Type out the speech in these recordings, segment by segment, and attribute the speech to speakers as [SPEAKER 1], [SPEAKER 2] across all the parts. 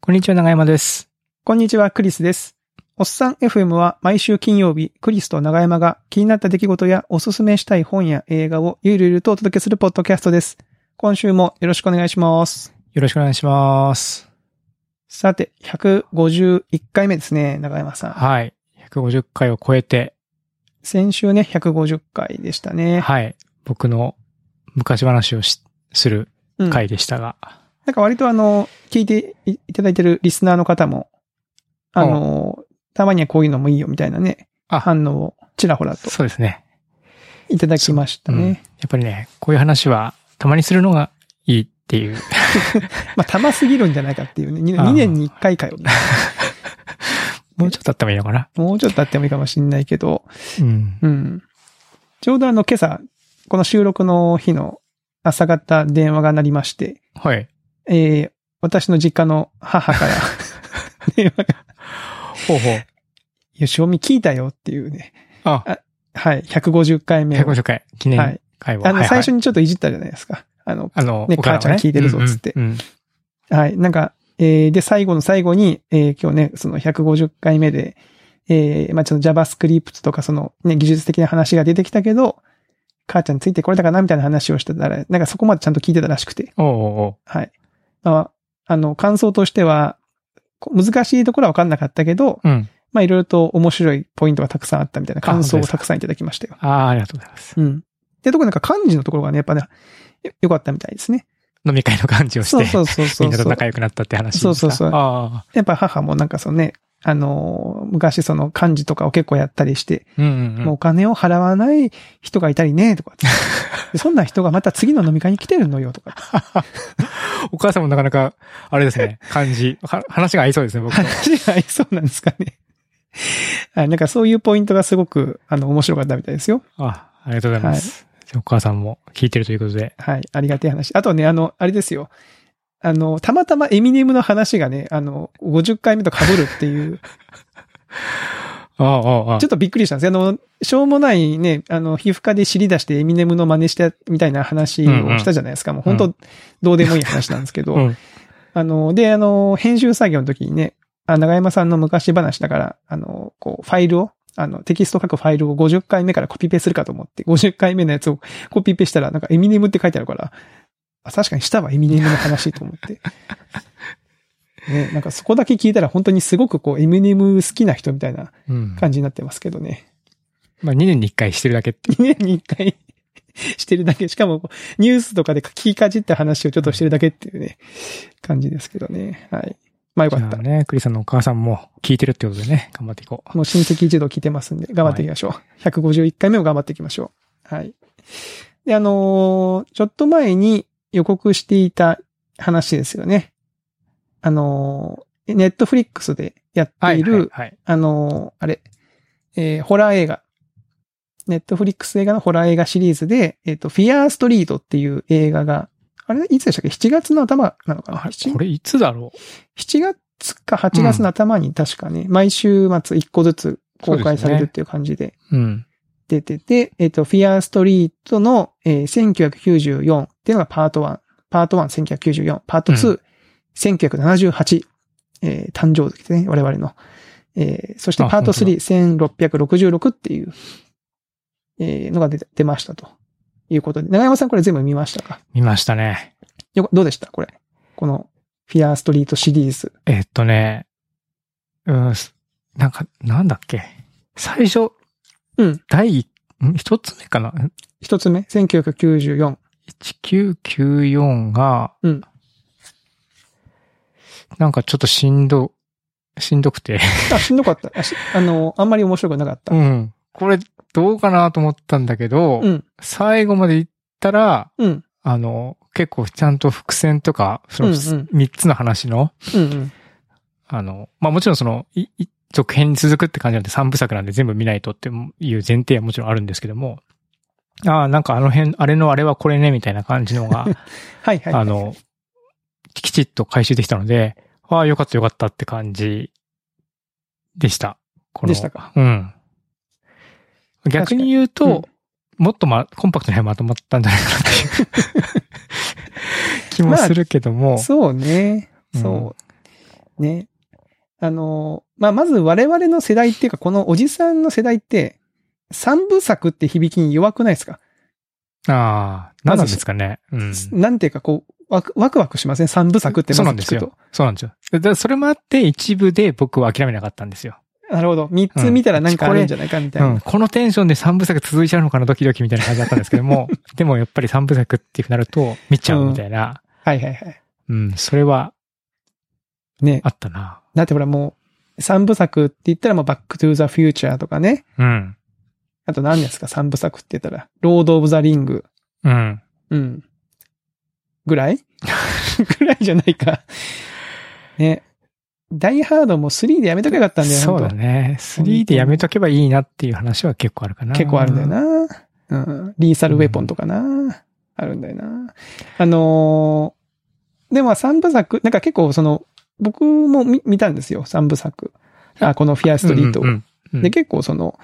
[SPEAKER 1] こんにちは、長山です。
[SPEAKER 2] こんにちは、クリスです。おっさん FM は毎週金曜日、クリスと長山が気になった出来事やおすすめしたい本や映画をゆるゆるとお届けするポッドキャストです。今週もよろしくお願いします。
[SPEAKER 1] よろしくお願いします。
[SPEAKER 2] さて、151回目ですね、長山さん。
[SPEAKER 1] はい。150回を超えて、
[SPEAKER 2] 先週ね、150回でしたね。
[SPEAKER 1] はい。僕の昔話をしする
[SPEAKER 2] うん
[SPEAKER 1] 回でしたが。
[SPEAKER 2] なんか割とあの、聞いていいただいてるリスナーの方も、あの、たまにはこういうのもいいよみたいなね、
[SPEAKER 1] あ
[SPEAKER 2] 反応をちらほらと
[SPEAKER 1] そうですね。
[SPEAKER 2] いただきました
[SPEAKER 1] うんや
[SPEAKER 2] ね。
[SPEAKER 1] っぱりね、こういう話はたまにするのがいいって いう。
[SPEAKER 2] まあ、たますぎるんじゃないかっていうね。
[SPEAKER 1] あー
[SPEAKER 2] 2, 年に1回かよ。
[SPEAKER 1] もうちょっとあってもいいのかな。
[SPEAKER 2] もうちょっとあってもいいかもしれないけど、
[SPEAKER 1] うん。
[SPEAKER 2] うん。ちょうどあの、今朝、この収録の日の朝方電話が鳴りまして、
[SPEAKER 1] はい。
[SPEAKER 2] えー、私の実家の母から 電話が、
[SPEAKER 1] ほうほう。
[SPEAKER 2] よしおみ聞いたよっていうね。
[SPEAKER 1] あ
[SPEAKER 2] はい、150回目を。
[SPEAKER 1] 150回記
[SPEAKER 2] は
[SPEAKER 1] 念
[SPEAKER 2] い。
[SPEAKER 1] 会を。
[SPEAKER 2] あ
[SPEAKER 1] は
[SPEAKER 2] の、
[SPEAKER 1] いはい
[SPEAKER 2] 最初にちょっといじったじゃないですか。あの、
[SPEAKER 1] あの、
[SPEAKER 2] ね
[SPEAKER 1] 僕らは
[SPEAKER 2] 母ちゃん聞いてるぞっつって
[SPEAKER 1] うんうんうん
[SPEAKER 2] はい、なんか、えー、で、最後の最後に、えー、今日ね、その150回目で、えー、まあちょっと JavaScript とかそのね、技術的な話が出てきたけど、母ちゃんついてこれたかなみたいな話をしてたら、なんかそこまでちゃんと聞いてたらしくて、
[SPEAKER 1] おうおうおう
[SPEAKER 2] はい。まあ、あの、感想としては、こ難しいところは分かんなかったけど、
[SPEAKER 1] うん。
[SPEAKER 2] まあいろいろと面白いポイントがたくさんあったみたいな感想
[SPEAKER 1] あ本当
[SPEAKER 2] を
[SPEAKER 1] ですか
[SPEAKER 2] たくさんいただきましたよ。
[SPEAKER 1] ああ、ありがとうございます。
[SPEAKER 2] うん。で、特になんか漢字のところがね、やっぱね、よ良かったみたいですね。
[SPEAKER 1] 飲み会の感じをして、
[SPEAKER 2] そうそうそうそう。
[SPEAKER 1] みんなと仲良くなったって話ですか
[SPEAKER 2] そうそうそう
[SPEAKER 1] ああ。
[SPEAKER 2] やっぱ母もなんかそのね、あのー昔その漢字とかを結構やったりして、
[SPEAKER 1] うんうんうん。
[SPEAKER 2] もうお金を払わない人がいたり ね、とかって。でそんな人がまた次の飲み会に来てるのよ、とか って。
[SPEAKER 1] お母さんもなかなか、あれです ね、感じ。は話が合いそうですね、僕と。
[SPEAKER 2] 話が合いそうなんですかね。あなんかそういうポイントがすごく、あの、面白かったみたいですよ。
[SPEAKER 1] あ、ありがとうございます。じゃあお母さんも聞いてるということで。
[SPEAKER 2] はい。ありがたい話。あとね、あの、あれですよ。あの、たまたまエミネムの話がね、あの、50回目と被るっていう、
[SPEAKER 1] ああ、ああ、あ
[SPEAKER 2] ちょっとびっくりしたんですよあの、しょうもないね、あの、皮膚科で知り出してエミネムの真似してみたいな話をしたじゃないですか。もう
[SPEAKER 1] う
[SPEAKER 2] 本当、どうでもいい話なんですけど。
[SPEAKER 1] うん
[SPEAKER 2] あの、で、あの、編集作業の時にね、あ長山さんの昔話だから、あの、こう、ファイルを、あの、テキスト書くファイルを50回目からコピペするかと思って、50回目のやつをコピペしたら、なんかエミネムって書いてあるから、あ確かに下はエミネムの話と思って。 ね、なんかそこだけ聞いたら本当にすごくこう、エミネム好きな人みたいな
[SPEAKER 1] うん。
[SPEAKER 2] 感じになってますけどね。
[SPEAKER 1] まあ、2年に1回してるだけって。
[SPEAKER 2] 2年に1回してるだけ。しかも、ニュースとかで聞きかじった話をちょっとしてるだけっていうね、感じですけどね。はい。まあよか
[SPEAKER 1] じゃ
[SPEAKER 2] った
[SPEAKER 1] あ。ね、クリさんのお母さんも聞いてるってことでね、頑張っていこう。
[SPEAKER 2] もう親戚一同聞いてますんで、頑張っていきましょう。151回目も頑張っていきましょう。はい。で、あのーちょっと前に予告していた話ですよね。あのーネットフリックスでやっている、
[SPEAKER 1] はい、はい。
[SPEAKER 2] あのーあれ、えーホラー映画。ネットフリックス映画のホラー映画シリーズで、えっ、と、フィアーストリートっていう映画が、あれいつでしたっけ ?7 月の頭なのかな
[SPEAKER 1] あれ、こ
[SPEAKER 2] 7,
[SPEAKER 1] れいつだろう
[SPEAKER 2] 7月か8月の頭に確かね、毎週末1個ずつ公開されるっていう感じで
[SPEAKER 1] うん。
[SPEAKER 2] 出てて、えっ、と、フィアーストリートの、えー1994っていうのがパート1。パート1、1994。パート2、
[SPEAKER 1] う
[SPEAKER 2] 1978。えー誕生月ね、我々の。えーそして
[SPEAKER 1] あ
[SPEAKER 2] パート
[SPEAKER 1] 本
[SPEAKER 2] 3、1666っていう、えーのが出て出ましたと。いうことで。長山さんこれ全部見ましたか
[SPEAKER 1] 見ましたね。
[SPEAKER 2] よどうでしたこれ。この、フィアーストリートシリーズ。
[SPEAKER 1] えっとね、うん、すなんか、なんだっけ。最初、
[SPEAKER 2] うん。
[SPEAKER 1] 第一、ん一つ目かな
[SPEAKER 2] 一つ目、1994。
[SPEAKER 1] 1994が、
[SPEAKER 2] うん
[SPEAKER 1] なんかちょっとしんど、しんどくて。
[SPEAKER 2] あ、しんどかった。あしあの、あんまり面白くなかった。
[SPEAKER 1] ん。これどうかなと思ったんだけど、
[SPEAKER 2] うん。
[SPEAKER 1] 最後まで行ったら、
[SPEAKER 2] うん。
[SPEAKER 1] あの、結構ちゃんと伏線とか、そ
[SPEAKER 2] うん
[SPEAKER 1] の
[SPEAKER 2] うん
[SPEAKER 1] 3つの話の、
[SPEAKER 2] うん。うん。
[SPEAKER 1] あの、まあもちろんその、いい続編に続くって感じなんで3部作なんで全部見ないとっていう前提はもちろんあるんですけども、ああ、なんかあの辺、あれのあれはこれね、みたいな感じのが、
[SPEAKER 2] はいはい。
[SPEAKER 1] あの、きちっと回収できたので、ああ、よかったよかったって感じでした。この
[SPEAKER 2] でしたか。
[SPEAKER 1] うん。逆に言うと、
[SPEAKER 2] 確か
[SPEAKER 1] もっとま、コンパクトにまとまったんじゃないかなっていう 気もするけども、
[SPEAKER 2] そうね。
[SPEAKER 1] うん
[SPEAKER 2] そう。ね。あの、まあ、まず我々の世代っていうか、このおじさんの世代って、三部作って響きに弱くないですか、
[SPEAKER 1] ああ、何なんですかね。うん。
[SPEAKER 2] なんていうか、こう、ワクワクワクしません三部作って
[SPEAKER 1] そうな
[SPEAKER 2] ま
[SPEAKER 1] ん
[SPEAKER 2] ず
[SPEAKER 1] で
[SPEAKER 2] 聞
[SPEAKER 1] す
[SPEAKER 2] くと。
[SPEAKER 1] よ。そうなんですよ。だからそれもあって、一部で僕は諦めなかったんですよ。
[SPEAKER 2] なるほど。三つ見たらなんかあるんじゃないかみたいな。
[SPEAKER 1] うん。このテンションで3部作続いちゃうのかな、ドキドキみたいな感じだったんですけど も、でもやっぱり3部作ってなると、見ちゃうみたいな。
[SPEAKER 2] はいはいはい。
[SPEAKER 1] うん、それは
[SPEAKER 2] ね
[SPEAKER 1] あ。ったな。
[SPEAKER 2] だってほらもう、三部作って言ったらもうバックトゥーザフューチャーとかね。
[SPEAKER 1] うん。
[SPEAKER 2] あと何ですか三部作って言ったら。ロード・オブ・ザ・リング。
[SPEAKER 1] うん。
[SPEAKER 2] うん。ぐらい ぐらいじゃないか。ね。ダイハードも3でやめとけばよかったんだよ
[SPEAKER 1] そうだ
[SPEAKER 2] 本
[SPEAKER 1] ね。3でやめとけばいいなっていう話は結構あるかな。
[SPEAKER 2] 当結構あるんだよ。な。うん。リーサル・ウェポンとかな。あるんだよな。あのーでも三部作、なんか結構その、僕も見見たんですよ。三部作。あ、このフィアストリートを
[SPEAKER 1] うんうんうん
[SPEAKER 2] で、結構その、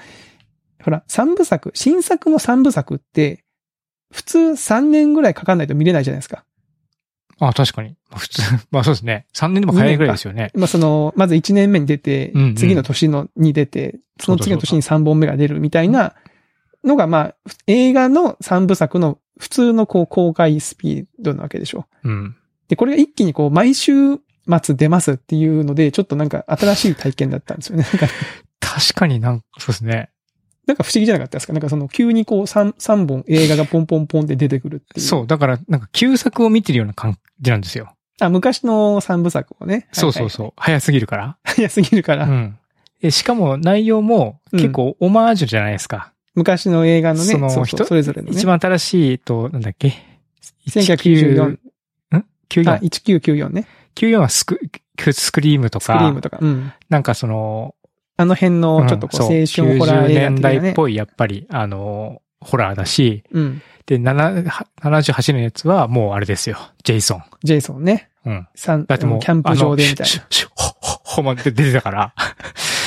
[SPEAKER 2] ほら、三部作、新作の三部作って、普通3年ぐらいかかんないと見れないじゃないですか。
[SPEAKER 1] あ、確かに。まあ普通、 まあそうですね。3年でも早いぐらいですよね。
[SPEAKER 2] まあ、その、まず1年目に出て
[SPEAKER 1] うんうん、
[SPEAKER 2] 次の年の、に出て、その次の年に3本目が出るみたいなのが、まあ、映画の3部作の普通のこう公開スピードなわけでしょ。
[SPEAKER 1] うん。
[SPEAKER 2] で、これが一気にこう、毎週末出ますっていうので、ちょっとなんか新しい体験だったんですよね。 なんか、
[SPEAKER 1] 確かになんか、そうですね。
[SPEAKER 2] なんか不思議じゃなかったですかなんかその、急にこう3、三本映画がポンポンポンって出てくるっていう。
[SPEAKER 1] そう。だから、なんか旧作を見てるような感じなんですよ。
[SPEAKER 2] あ、昔の三部作をね。
[SPEAKER 1] そうそう
[SPEAKER 2] う。
[SPEAKER 1] そう。早すぎるから。
[SPEAKER 2] 早すぎるから、
[SPEAKER 1] うん。えしかも内容も結構オマージュじゃないですか。
[SPEAKER 2] 昔の映画のね、
[SPEAKER 1] その
[SPEAKER 2] そうそう
[SPEAKER 1] 人
[SPEAKER 2] それぞれのね。
[SPEAKER 1] 一番新しい、えっと、なんだっけ
[SPEAKER 2] 1994
[SPEAKER 1] 19ん
[SPEAKER 2] あ、
[SPEAKER 1] 94。
[SPEAKER 2] 1994ね。
[SPEAKER 1] 94はスク、スクリームと
[SPEAKER 2] スクリーム
[SPEAKER 1] か、
[SPEAKER 2] とか。うん。
[SPEAKER 1] なんかその、
[SPEAKER 2] あの辺
[SPEAKER 1] う
[SPEAKER 2] の
[SPEAKER 1] ん
[SPEAKER 2] ちょっとこう
[SPEAKER 1] そう
[SPEAKER 2] 青春ホラー
[SPEAKER 1] 90
[SPEAKER 2] 映画
[SPEAKER 1] 年
[SPEAKER 2] 的な
[SPEAKER 1] 代
[SPEAKER 2] ね。
[SPEAKER 1] っぽい、やっぱり、あの、ホラーだし、
[SPEAKER 2] うん。
[SPEAKER 1] で、7 78のやつはもうあれですよ。ジェイソン。
[SPEAKER 2] ジェイソンね。
[SPEAKER 1] うん。
[SPEAKER 2] さん
[SPEAKER 1] だってもう、
[SPEAKER 2] キャンプ場でみ
[SPEAKER 1] な。
[SPEAKER 2] たい
[SPEAKER 1] シュッシュッほ、ほ、ほまで出てたから、
[SPEAKER 2] な。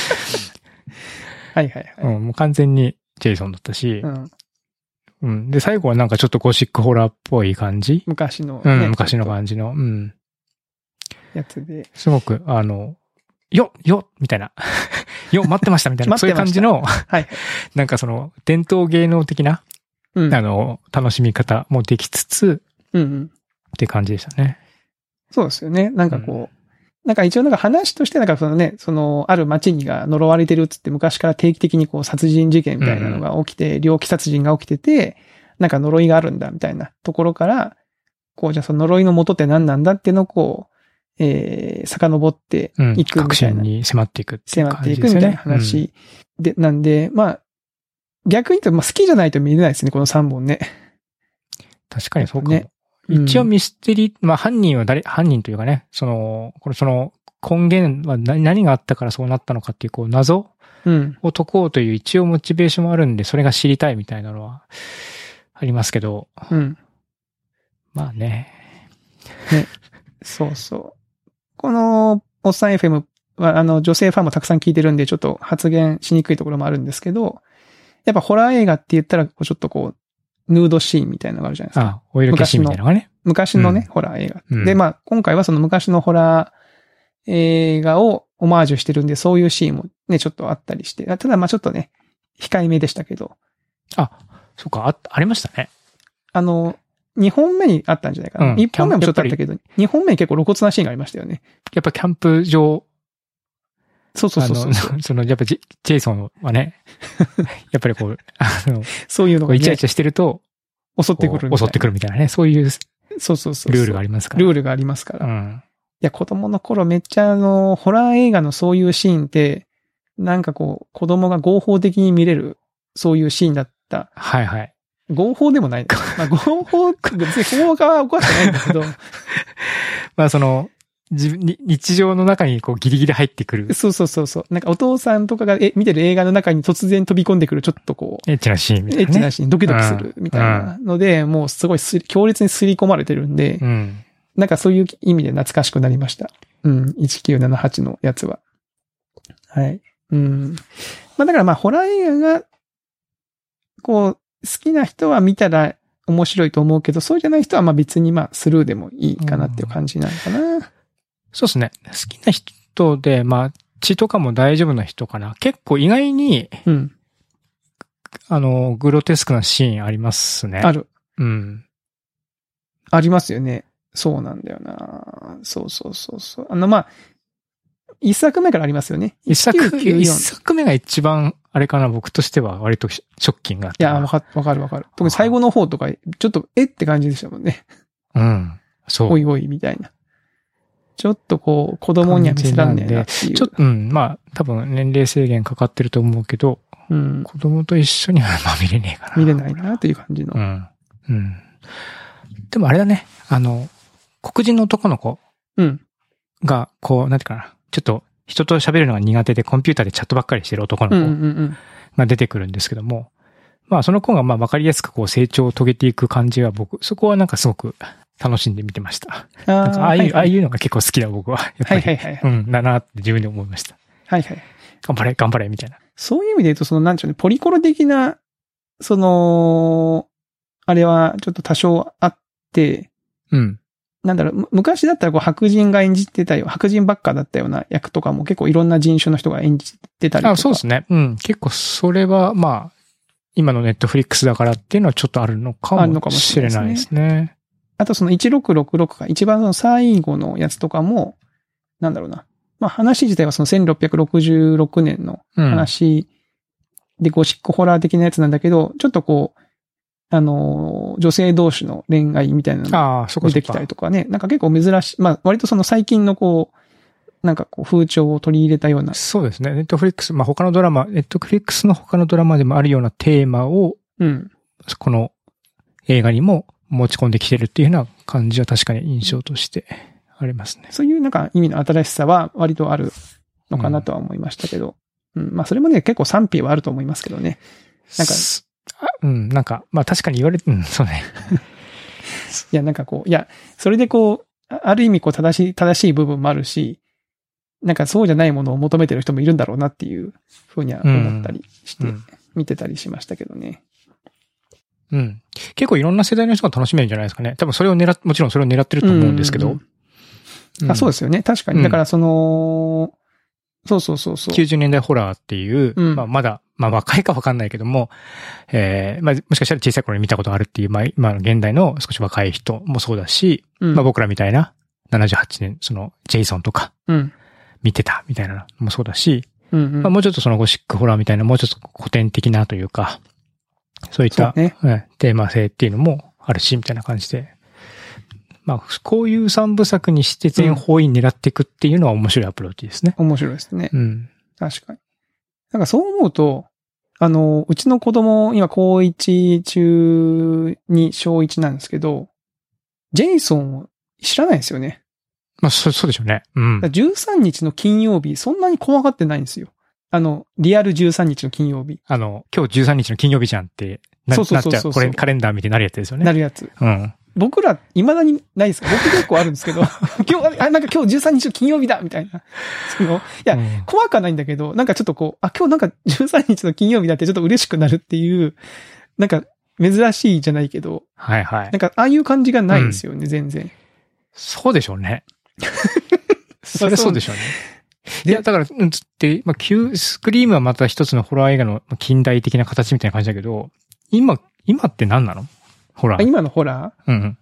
[SPEAKER 2] はいはいは
[SPEAKER 1] う
[SPEAKER 2] い。
[SPEAKER 1] ん、もう完全にジェイソンだったし
[SPEAKER 2] う、ん。
[SPEAKER 1] うん。で、最後はなんかちょっとゴシックホラーっぽい感じ
[SPEAKER 2] 昔の、
[SPEAKER 1] う
[SPEAKER 2] ね
[SPEAKER 1] ん、昔の
[SPEAKER 2] ちょっ
[SPEAKER 1] 感じの。うん。
[SPEAKER 2] とやつで。
[SPEAKER 1] すごく、あの、よよみたいな。 よ待ってましたみたいな。
[SPEAKER 2] 待
[SPEAKER 1] そう
[SPEAKER 2] っ
[SPEAKER 1] いう
[SPEAKER 2] てま
[SPEAKER 1] 感
[SPEAKER 2] した
[SPEAKER 1] じの、
[SPEAKER 2] はい。
[SPEAKER 1] なんかその、伝統芸能的な、
[SPEAKER 2] うん。
[SPEAKER 1] あの、楽しみ方もできつつ、
[SPEAKER 2] うんうん。
[SPEAKER 1] って感じでしたね。
[SPEAKER 2] そうですよね。なんかこう。なんか一応なんか話としてなんかそのね、そのある町にが呪われてるっつって昔から定期的にこう殺人事件みたいなのが起きて、猟奇殺人が起きてて、なんか呪いがあるんだみたいなところから、こうじゃあその呪いの元って何なんだっていうのをこう、えー、遡って
[SPEAKER 1] うん。
[SPEAKER 2] いくみ
[SPEAKER 1] 確
[SPEAKER 2] たい
[SPEAKER 1] 信
[SPEAKER 2] な。
[SPEAKER 1] に迫っていくっていう
[SPEAKER 2] 迫っ
[SPEAKER 1] 感
[SPEAKER 2] てい
[SPEAKER 1] じ
[SPEAKER 2] く
[SPEAKER 1] です
[SPEAKER 2] みた
[SPEAKER 1] よ
[SPEAKER 2] いな
[SPEAKER 1] ね。うん
[SPEAKER 2] 話。で、なんで、まあ、逆に言うと、まあ好きじゃないと見れないですね、この3本ね。
[SPEAKER 1] 確かにそうか
[SPEAKER 2] ね
[SPEAKER 1] も。 一応
[SPEAKER 2] うん
[SPEAKER 1] ミステリー、まあ犯人は誰、犯人というかね、その、これその、根源は何何があったからそうなったのかっていう、こう、謎
[SPEAKER 2] うん。
[SPEAKER 1] を解こうという一応モチベーションもあるんで、それが知りたいみたいなのはありますけど、
[SPEAKER 2] うん。
[SPEAKER 1] まあね。
[SPEAKER 2] そうそう。この、おっさん FM は、あの、女性ファンもたくさん聞いてるんで、ちょっと発言しにくいところもあるんですけど、やっぱホラー映画って言ったら、こうちょっとこう、ヌードシーンみたいなのがあるじゃないですか。
[SPEAKER 1] あ、お色気シーンみたいなのがね。
[SPEAKER 2] 昔のね、
[SPEAKER 1] うん
[SPEAKER 2] ホラー映画。
[SPEAKER 1] うん
[SPEAKER 2] で、まあ、今回はその昔のホラー映画をオマージュしてるんで、そういうシーンもね、ちょっとあったりして。ただ、まあちょっとね、控えめでしたけど、
[SPEAKER 1] あ、そっか、あ、ありましたね。
[SPEAKER 2] あの、2本目にあったんじゃないかな。
[SPEAKER 1] うん
[SPEAKER 2] 1本目もちょっとあったけど、2本目に結構露骨なシーンがありましたよね。
[SPEAKER 1] やっぱキャンプ場、
[SPEAKER 2] そうそうそうそう。
[SPEAKER 1] あの、そ の、やっぱジェジェイソンはね、 やっぱりこう、あの、
[SPEAKER 2] そういうの
[SPEAKER 1] こ
[SPEAKER 2] が、
[SPEAKER 1] うイ
[SPEAKER 2] ね、
[SPEAKER 1] チャイチャしてると、
[SPEAKER 2] 襲って
[SPEAKER 1] こ
[SPEAKER 2] く
[SPEAKER 1] う
[SPEAKER 2] るみたいな。
[SPEAKER 1] 襲ってくるみたいなね、そういう
[SPEAKER 2] そうそうそうそう。
[SPEAKER 1] ルールがあ
[SPEAKER 2] あ
[SPEAKER 1] りますから。
[SPEAKER 2] ルールがありますから。
[SPEAKER 1] う
[SPEAKER 2] い
[SPEAKER 1] ん。
[SPEAKER 2] や、子供の頃めっちゃあの、ホラー映画のそういうシーンって、なんかこう、子供が合法的に見れる、そういうシーンだった。
[SPEAKER 1] はいはい。
[SPEAKER 2] 合法でも ない。まあ、合法、別に法化はおかしくないんだけど、
[SPEAKER 1] まあその、自分に、日常の中にこうギリギリ入ってくる、
[SPEAKER 2] そうそうそうそう。なんかお父さんとかがえ見てる映画の中に突然飛び込んでくる、ちょっとこう、
[SPEAKER 1] エッチなシーンみた
[SPEAKER 2] エ
[SPEAKER 1] い
[SPEAKER 2] ッ
[SPEAKER 1] な、
[SPEAKER 2] チ
[SPEAKER 1] ね。
[SPEAKER 2] なシーン、ドキドキする、みたいなので、もうすごいすり強烈に刷り込まれてるんで、
[SPEAKER 1] うん。
[SPEAKER 2] なんかそういう意味で懐かしくなりました。うん。1978のやつは。はい。うん。まあだからまあホラー映画が、こう、好きな人は見たら面白いと思うけど、そうじゃない人はまあ別にまあスルーでもいいかなっていう感じなのかな。
[SPEAKER 1] そうですね。好きな人人で、まあ、血とかも大丈夫な人かな。結構意外に、
[SPEAKER 2] うん。
[SPEAKER 1] あの、グロテスクなシーンありますね。
[SPEAKER 2] ある。
[SPEAKER 1] うん。
[SPEAKER 2] ありますよね。そうなんだよなそうそうそうそう。あの、まあ、一作目からありますよね。
[SPEAKER 1] 一作、
[SPEAKER 2] 1994
[SPEAKER 1] 一作目が一番、あれかな、僕としては割とショッキングだっ
[SPEAKER 2] い
[SPEAKER 1] たな。
[SPEAKER 2] や、わかわかるわかる。特に最後の方とか、ちょっと、えって感じでしたもんね。
[SPEAKER 1] うん。そう
[SPEAKER 2] お。いおい、みたいな。ちょっとこう、子供には見せらんねえなっていう。
[SPEAKER 1] ちょっと、うん、まあ、多分年齢制限かかってると思うけど、
[SPEAKER 2] うん。
[SPEAKER 1] 子供と一緒には まあ見れねえかな。
[SPEAKER 2] 見れないなという感じの。
[SPEAKER 1] うん。うん。でもあれだね、あの、黒人の男の子
[SPEAKER 2] うん。
[SPEAKER 1] が、こう、なんていうかな、ちょっと人と喋るのが苦手でコンピューターでチャットばっかりしてる男
[SPEAKER 2] うんうんう
[SPEAKER 1] の子
[SPEAKER 2] ん。
[SPEAKER 1] が出てくるんですけども、まあその子がまあわかりやすくこう成長を遂げていく感じは僕、そこはなんかすごく楽しんで見てました。
[SPEAKER 2] あ
[SPEAKER 1] なんかああいう、ああ
[SPEAKER 2] はい
[SPEAKER 1] いうのが結構好きだ僕は。やっぱ
[SPEAKER 2] はい
[SPEAKER 1] り。
[SPEAKER 2] はいはいはい。
[SPEAKER 1] うん、だなって自分で思いました。
[SPEAKER 2] はいはい。
[SPEAKER 1] 頑張れ、頑張れ、みたいな。
[SPEAKER 2] そういう意味で言うと、その、なんちゅうの、ポリコロ的な、その、あれは、ちょっと多少あって、
[SPEAKER 1] うん。
[SPEAKER 2] なんだろう、む昔だったらこう白人が演じてたよ、白人ばっかだったような役とかも結構いろんな人種の人が演じてたりとか。
[SPEAKER 1] あそうですね。うん。結構それは、まあ、今のネットフリックスだからっていうのはちょっとあるのか
[SPEAKER 2] あるのか
[SPEAKER 1] も
[SPEAKER 2] も
[SPEAKER 1] し
[SPEAKER 2] し
[SPEAKER 1] れ
[SPEAKER 2] れ
[SPEAKER 1] な
[SPEAKER 2] ないい
[SPEAKER 1] で
[SPEAKER 2] ですす
[SPEAKER 1] ね。
[SPEAKER 2] あとその1666が一番の最後のやつとかも、なんだろうな。まあ話自体はその1666年の
[SPEAKER 1] うん。
[SPEAKER 2] 話でゴシックホラー的なやつなんだけど、ちょっとこう、あのー、女性同士の恋愛みたいなのが
[SPEAKER 1] ああ、そこそ
[SPEAKER 2] 出て
[SPEAKER 1] こ
[SPEAKER 2] きたりとかね。なんか結構珍しい。まあ割とその最近のこう、なんかこう風潮を取り入れたような。
[SPEAKER 1] そうですね。ネットフリックス、まあ他のドラマ、ネットフリックスの他のドラマでもあるようなテーマを、
[SPEAKER 2] うん。
[SPEAKER 1] この映画にも持ち込んできてるっていうような感じは確かに印象としてありますね。
[SPEAKER 2] そういうなんか意味の新しさは割とあるのかなとは思いましたけど。うん、まあそれもね、結構賛否はあると思いますけどね。なんか
[SPEAKER 1] す、あうん、なんか、まあ確かに言われて、うん、そうね。
[SPEAKER 2] いや、なんかこう、いや、それでこう、あある意味こう正しい、正しい部分もあるし、なんかそうじゃないものを求めてる人もいるんだろうなっていうふうには思ったりして、
[SPEAKER 1] うん。
[SPEAKER 2] 見てたりしましたけどね。
[SPEAKER 1] うん。結構いろんな世代の人が楽しめるんじゃないですかね。多分それを狙っ、もちろんそれを狙ってると思うんですけ
[SPEAKER 2] うん
[SPEAKER 1] ど
[SPEAKER 2] うん。あ、そう
[SPEAKER 1] う
[SPEAKER 2] で
[SPEAKER 1] ん
[SPEAKER 2] すよね。確かに。だからその、そうそうそうそう。
[SPEAKER 1] 90年代ホラーっていう、
[SPEAKER 2] うん
[SPEAKER 1] まあまだ、まあ若いかわかんないけども、えーまあもしかしたら小さい頃に見たことあるっていう、まあ今の現代の少し若い人もそうだし、
[SPEAKER 2] うん
[SPEAKER 1] まあ僕らみたいな78年、そのジェイソンとか
[SPEAKER 2] うん。
[SPEAKER 1] 見てたみたいなのもそうだし、
[SPEAKER 2] うんうん
[SPEAKER 1] まあもうちょっとそのゴシックホラーみたいな、もうちょっと古典的なというか、そういった、
[SPEAKER 2] そうね
[SPEAKER 1] うんテーマ性っていうのもあるし、みたいな感じで、まあこういう三部作にして全方位に狙っていくっていうのは面白いアプローチですね。
[SPEAKER 2] 面白いですね。
[SPEAKER 1] うん。
[SPEAKER 2] 確かに。なんかそう思うと、あの、うちの子供、今高1中に小1なんですけど、ジェイソンを知らないですよね。
[SPEAKER 1] まあ、そう、そうでしょうね。うん
[SPEAKER 2] だ。から13日の金曜日、そんなに怖がってないんですよ。あの、リアル13日の金曜日、
[SPEAKER 1] あの、今日13日の金曜日じゃんって、な
[SPEAKER 2] そうそうそうそう
[SPEAKER 1] なっちゃう。これカレンダー見てなるやつですよね。
[SPEAKER 2] なるやつ。
[SPEAKER 1] うん。
[SPEAKER 2] 僕ら、未だにないです。僕結構あるんです けど、今日、あ、なんか今日13日の金曜日だみたいな。その、いや、
[SPEAKER 1] うん
[SPEAKER 2] 怖くはないんだけど、なんかちょっとこう、あ、今日なんか13日の金曜日だってちょっと嬉しくなるっていう、なんか珍しいじゃないけど、
[SPEAKER 1] はいはい
[SPEAKER 2] なん。かああいう感じがないんですよね、全然。
[SPEAKER 1] そうでしょうね。それそうでしょうね。い
[SPEAKER 2] で
[SPEAKER 1] や、だから、うん、つって、まあ、旧スクリームはまた一つのホラー映画のまあ近代的な形みたいな感じだけど、今、今って何なのホラ
[SPEAKER 2] あ
[SPEAKER 1] ー。
[SPEAKER 2] 今のホラー
[SPEAKER 1] うん。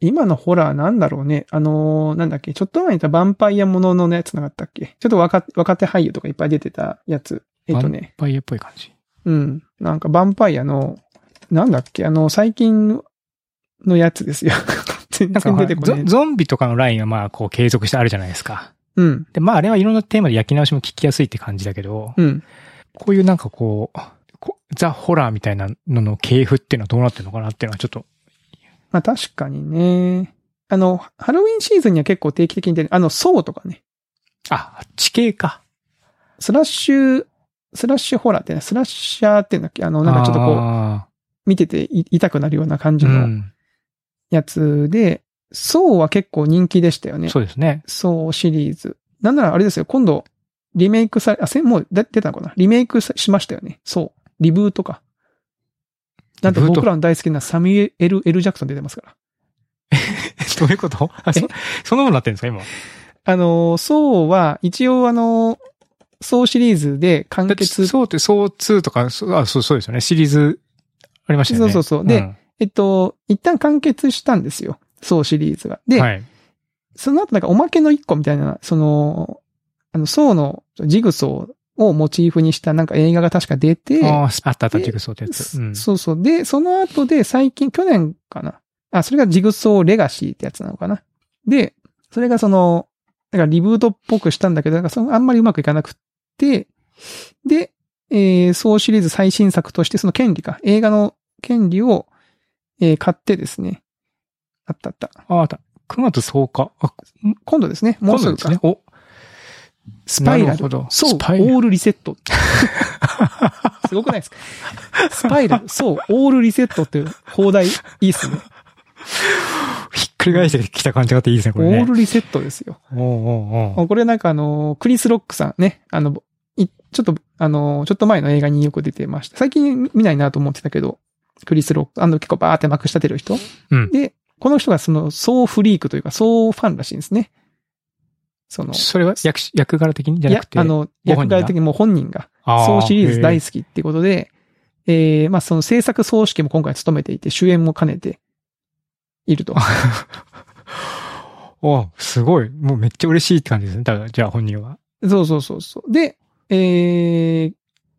[SPEAKER 2] 今のホラーなんだろうね。あのーなんだっけ、ちょっと前にいたヴァンパイアもののやつなかったっけちょっと若若手俳優とかいっぱい出てたやつ。えっとね、
[SPEAKER 1] バイエっぽい感じ。
[SPEAKER 2] うん。なんかヴァンパイアの、なんだっけ、あの、最近のやつですよ。 全
[SPEAKER 1] なんか
[SPEAKER 2] 然
[SPEAKER 1] ほ
[SPEAKER 2] 出
[SPEAKER 1] ら
[SPEAKER 2] てこな
[SPEAKER 1] ゾ
[SPEAKER 2] い。
[SPEAKER 1] ゾンビとかのラインはまあ、こう継続してあるじゃないですか。
[SPEAKER 2] うん。
[SPEAKER 1] で、まあ、あれはいろんなテーマで焼き直しも聞きやすいって感じだけど、
[SPEAKER 2] うん。
[SPEAKER 1] こういうなんかこう、こザ・ホラーみたいなのの系譜っていうのはどうなってるのかなっていうのはちょっと。
[SPEAKER 2] まあ確かにね。あの、ハロウィンシーズンには結構定期的に出る。あの、ソーとかね。
[SPEAKER 1] あ、地形か。
[SPEAKER 2] スラッシュ、スラッシュホラーってね、スラッシャーっていうんだっけあの、なんかちょっとこう、
[SPEAKER 1] あ
[SPEAKER 2] 見ててい痛くなるような感
[SPEAKER 1] ー
[SPEAKER 2] じ
[SPEAKER 1] う
[SPEAKER 2] の
[SPEAKER 1] ん、
[SPEAKER 2] やつで、ソーは結構人気でしたよね。
[SPEAKER 1] そうです ね。
[SPEAKER 2] そうシリーズ。なんならあれですよ、今度、リメイクされ、あ、せんもう出出たのかなリメイクさしましたよね。そう。リブートか。なんと
[SPEAKER 1] リブート
[SPEAKER 2] 僕らの大好きなサミュエル・ L ・ジャクソン出てますから。
[SPEAKER 1] どういうことあそ
[SPEAKER 2] え
[SPEAKER 1] そんなものになってるんですか、今。
[SPEAKER 2] あの、そうは、一応あの、そうシリーズで完
[SPEAKER 1] だって、
[SPEAKER 2] 結。
[SPEAKER 1] そうって、そう2とか、そうあそうそうですよね。シリーズ、ありましたよね。
[SPEAKER 2] そうそうそうんでえっと、一旦完結したんですよ。そうシリーズが。で、
[SPEAKER 1] はい。
[SPEAKER 2] その後なんかおまけの一個みたいな、その、あの、層のジグソーをモチーフにしたなんか映画が確か出て、
[SPEAKER 1] あーあったあった、
[SPEAKER 2] で
[SPEAKER 1] ジグソーってやつ。うん。
[SPEAKER 2] そうそう。で、その後で最近、去年かな。あ、それがジグソーレガシーってやつなのかな。で、それがその、なんかリブートっぽくしたんだけど、なんかそのあんまりうまくいかなくって、で、えー、そうシリーズ最新作としてその権利か、映画の権利を、えー買ってですね。あったあった。
[SPEAKER 1] ああった。9月10日。あ、
[SPEAKER 2] 今度ですね。
[SPEAKER 1] 今
[SPEAKER 2] もうす
[SPEAKER 1] 度
[SPEAKER 2] ぐ
[SPEAKER 1] です
[SPEAKER 2] か。
[SPEAKER 1] ね。お、
[SPEAKER 2] スパイラ
[SPEAKER 1] な
[SPEAKER 2] ル
[SPEAKER 1] るほど。
[SPEAKER 2] そう、オ
[SPEAKER 1] スパイラル
[SPEAKER 2] ールリセッ ト。すごくないですかスパイラル、そう、オールリセットっていう放題、いいっすね。
[SPEAKER 1] ひっくり返してきた感じがあっていいですね、こ
[SPEAKER 2] オ
[SPEAKER 1] れね。
[SPEAKER 2] ールリセットですよ。
[SPEAKER 1] おうおうおう
[SPEAKER 2] これなんかあの、クリス・ロックさんね、あの、いちょっと、あの、ちょっと前の映画によく出てました。最近見ないなと思ってたけど、クリス・ロック、あの、結構バーってまくし立てる人。
[SPEAKER 1] うん
[SPEAKER 2] で、この人がその、総フリークというか、総ファンらしいんですね。その、
[SPEAKER 1] それは役し役柄的にじゃなくて。
[SPEAKER 2] いやあの、
[SPEAKER 1] ご本人
[SPEAKER 2] 役
[SPEAKER 1] が
[SPEAKER 2] 柄的にもう本人が、
[SPEAKER 1] あー、
[SPEAKER 2] 総シリーズ大
[SPEAKER 1] へ
[SPEAKER 2] 好きっていうことで、えー、まあその制作総指揮も今回務めていて、主演も兼ねていると。
[SPEAKER 1] ー おすごい。もうめっちゃ嬉しいって感じですね。だから、じゃあ本人は。
[SPEAKER 2] そうそうそうそう。で、えー、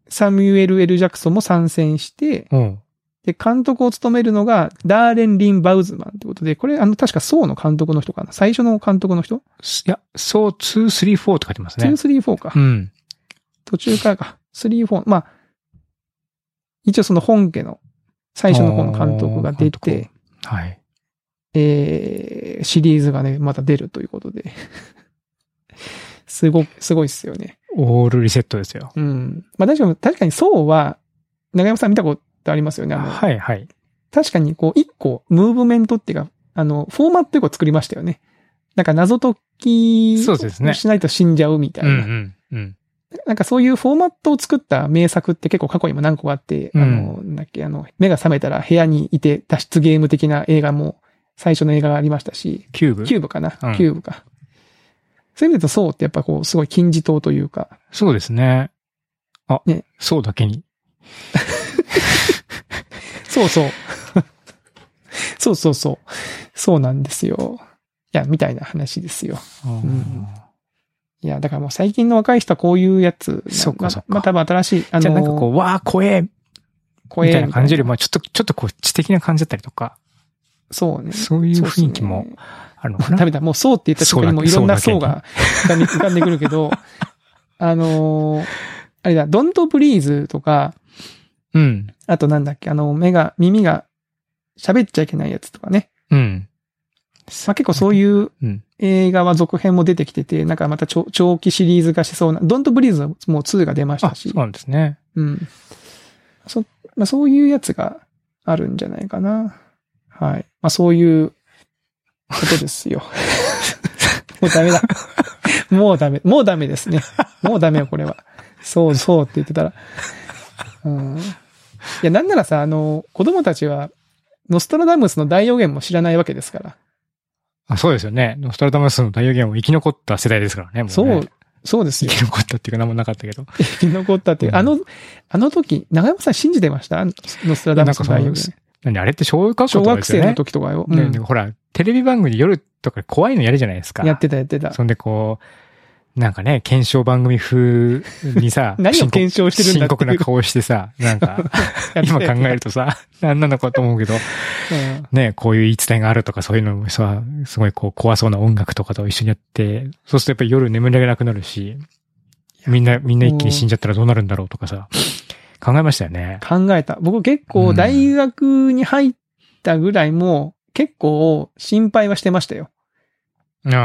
[SPEAKER 2] サミュエル・ L ・ジャクソンも参戦して、
[SPEAKER 1] うん。
[SPEAKER 2] で、監督を務めるのが、ダーレン・リン・バウズマンってことで、これ、あの、確か、ソーの監督の人かな最初の監督の人、
[SPEAKER 1] すいや、そう、2、3、4って書いてますね。
[SPEAKER 2] ?2、3、4か。
[SPEAKER 1] うん。
[SPEAKER 2] 途中からか。3、4。まあ、一応その本家の、最初の方の監督が出
[SPEAKER 1] おー監
[SPEAKER 2] て、
[SPEAKER 1] はい。
[SPEAKER 2] えー、シリーズがね、また出るということで。 すご、すごいっすよね。
[SPEAKER 1] オールリセットですよ。
[SPEAKER 2] うん。まあ確かに、確かにそうは、長山さん見たことありますよね。あの、
[SPEAKER 1] はいはい。
[SPEAKER 2] 確かにこう、一個、ムーブメントっていうか、あの、フォーマットを作りましたよね。なんか謎解き
[SPEAKER 1] そうですね
[SPEAKER 2] しないと死んじゃうみたい
[SPEAKER 1] うん
[SPEAKER 2] な、
[SPEAKER 1] うんうん。
[SPEAKER 2] なんかそういうフォーマットを作った名作って結構過去にも何個あって、
[SPEAKER 1] うん
[SPEAKER 2] あの、なんだっけ、あの、目が覚めたら部屋にいて脱出ゲーム的な映画も、最初の映画がありましたし、
[SPEAKER 1] キューブ
[SPEAKER 2] キューブかな、
[SPEAKER 1] うん
[SPEAKER 2] キューブか。そういう意味だと、そうってやっぱこう、すごい金字塔というか、
[SPEAKER 1] そうですね。あ、
[SPEAKER 2] ね
[SPEAKER 1] そうだけに。
[SPEAKER 2] そうそう。 そうそうそう。そうなんですよ。いや、みたいな話ですよ。んいや、だからもう最近の若い人はこういうやつ。
[SPEAKER 1] そっか
[SPEAKER 2] ま
[SPEAKER 1] そっか
[SPEAKER 2] まあ、多分新しい、あの
[SPEAKER 1] じゃあなんかこう、わあ、怖え
[SPEAKER 2] 怖え
[SPEAKER 1] みたいな感じより
[SPEAKER 2] みたい
[SPEAKER 1] も、ちょっと、ちょっとこう、知的な感じだったりとか、
[SPEAKER 2] なそうね。
[SPEAKER 1] そういう雰囲気
[SPEAKER 2] そう
[SPEAKER 1] も
[SPEAKER 2] っ
[SPEAKER 1] あるのか
[SPEAKER 2] すね。
[SPEAKER 1] な。
[SPEAKER 2] ダメだ、もうそうって言った瞬間にもういろんな
[SPEAKER 1] そ
[SPEAKER 2] 層
[SPEAKER 1] うだ
[SPEAKER 2] が浮かんで浮かんでくるけど、 あのーあれだ、ドントブリーズとか、
[SPEAKER 1] うん。
[SPEAKER 2] あとなんだっけ、あの、目が、耳が喋っちゃいけないやつとかね。
[SPEAKER 1] うん。
[SPEAKER 2] まあ、結構そういう
[SPEAKER 1] うん。
[SPEAKER 2] 映画は続編も出てきてて、なんかまた長長期シリーズ化しそうな、ドントブリーズはもう2が出まし
[SPEAKER 1] あ、
[SPEAKER 2] た
[SPEAKER 1] そ
[SPEAKER 2] し
[SPEAKER 1] う、なんですね。
[SPEAKER 2] うん。そ、まあそういうやつがあるんじゃないかな。はい。まあそういうことです よ。もうダメだ。もうダメ。もうダメですね。もうダメよ、これは。そうそうって言ってたら。うん。いや、なんならさ、あの、子供たちは、ノストラダムスの大予言も知らないわけですから。
[SPEAKER 1] あ、そうですよね。ノストラダムスの大予言を生き残った世代ですからね、もうね。
[SPEAKER 2] そう、そうです
[SPEAKER 1] 生
[SPEAKER 2] よ。
[SPEAKER 1] き残ったっていうか何もなかったけど。
[SPEAKER 2] 生き残ったっていう。あの、あの時、長山さん信じてましたノストラダムスの大予
[SPEAKER 1] なんかそ
[SPEAKER 2] 言
[SPEAKER 1] の。何あれって小学校
[SPEAKER 2] 小
[SPEAKER 1] とかで
[SPEAKER 2] 学
[SPEAKER 1] す
[SPEAKER 2] 生
[SPEAKER 1] よね
[SPEAKER 2] の時とかよ。
[SPEAKER 1] ね
[SPEAKER 2] うん
[SPEAKER 1] でほら、テレビ番組で夜とか怖いのやるじゃないですか。
[SPEAKER 2] やってた、やってた。、
[SPEAKER 1] そんでこう、なんかね、検証番組風にさ
[SPEAKER 2] 何を
[SPEAKER 1] 深刻
[SPEAKER 2] 検証してるんだっていう
[SPEAKER 1] 深刻な顔してさ、なん か、今考えるとさ、何なのかと思うけど、
[SPEAKER 2] え
[SPEAKER 1] ね、こういう言い伝えがあるとかそういうのもさ、すごいこう怖そうな音楽とかと一緒にやって、そうするとやっぱり夜眠れなくなるし、みんな、みんな一気に死んじゃったらどうなるんだろうとかさ、考えましたよね。
[SPEAKER 2] 考えた。僕結構大学に入ったぐらいも、結構心配はしてましたよ。
[SPEAKER 1] うん。い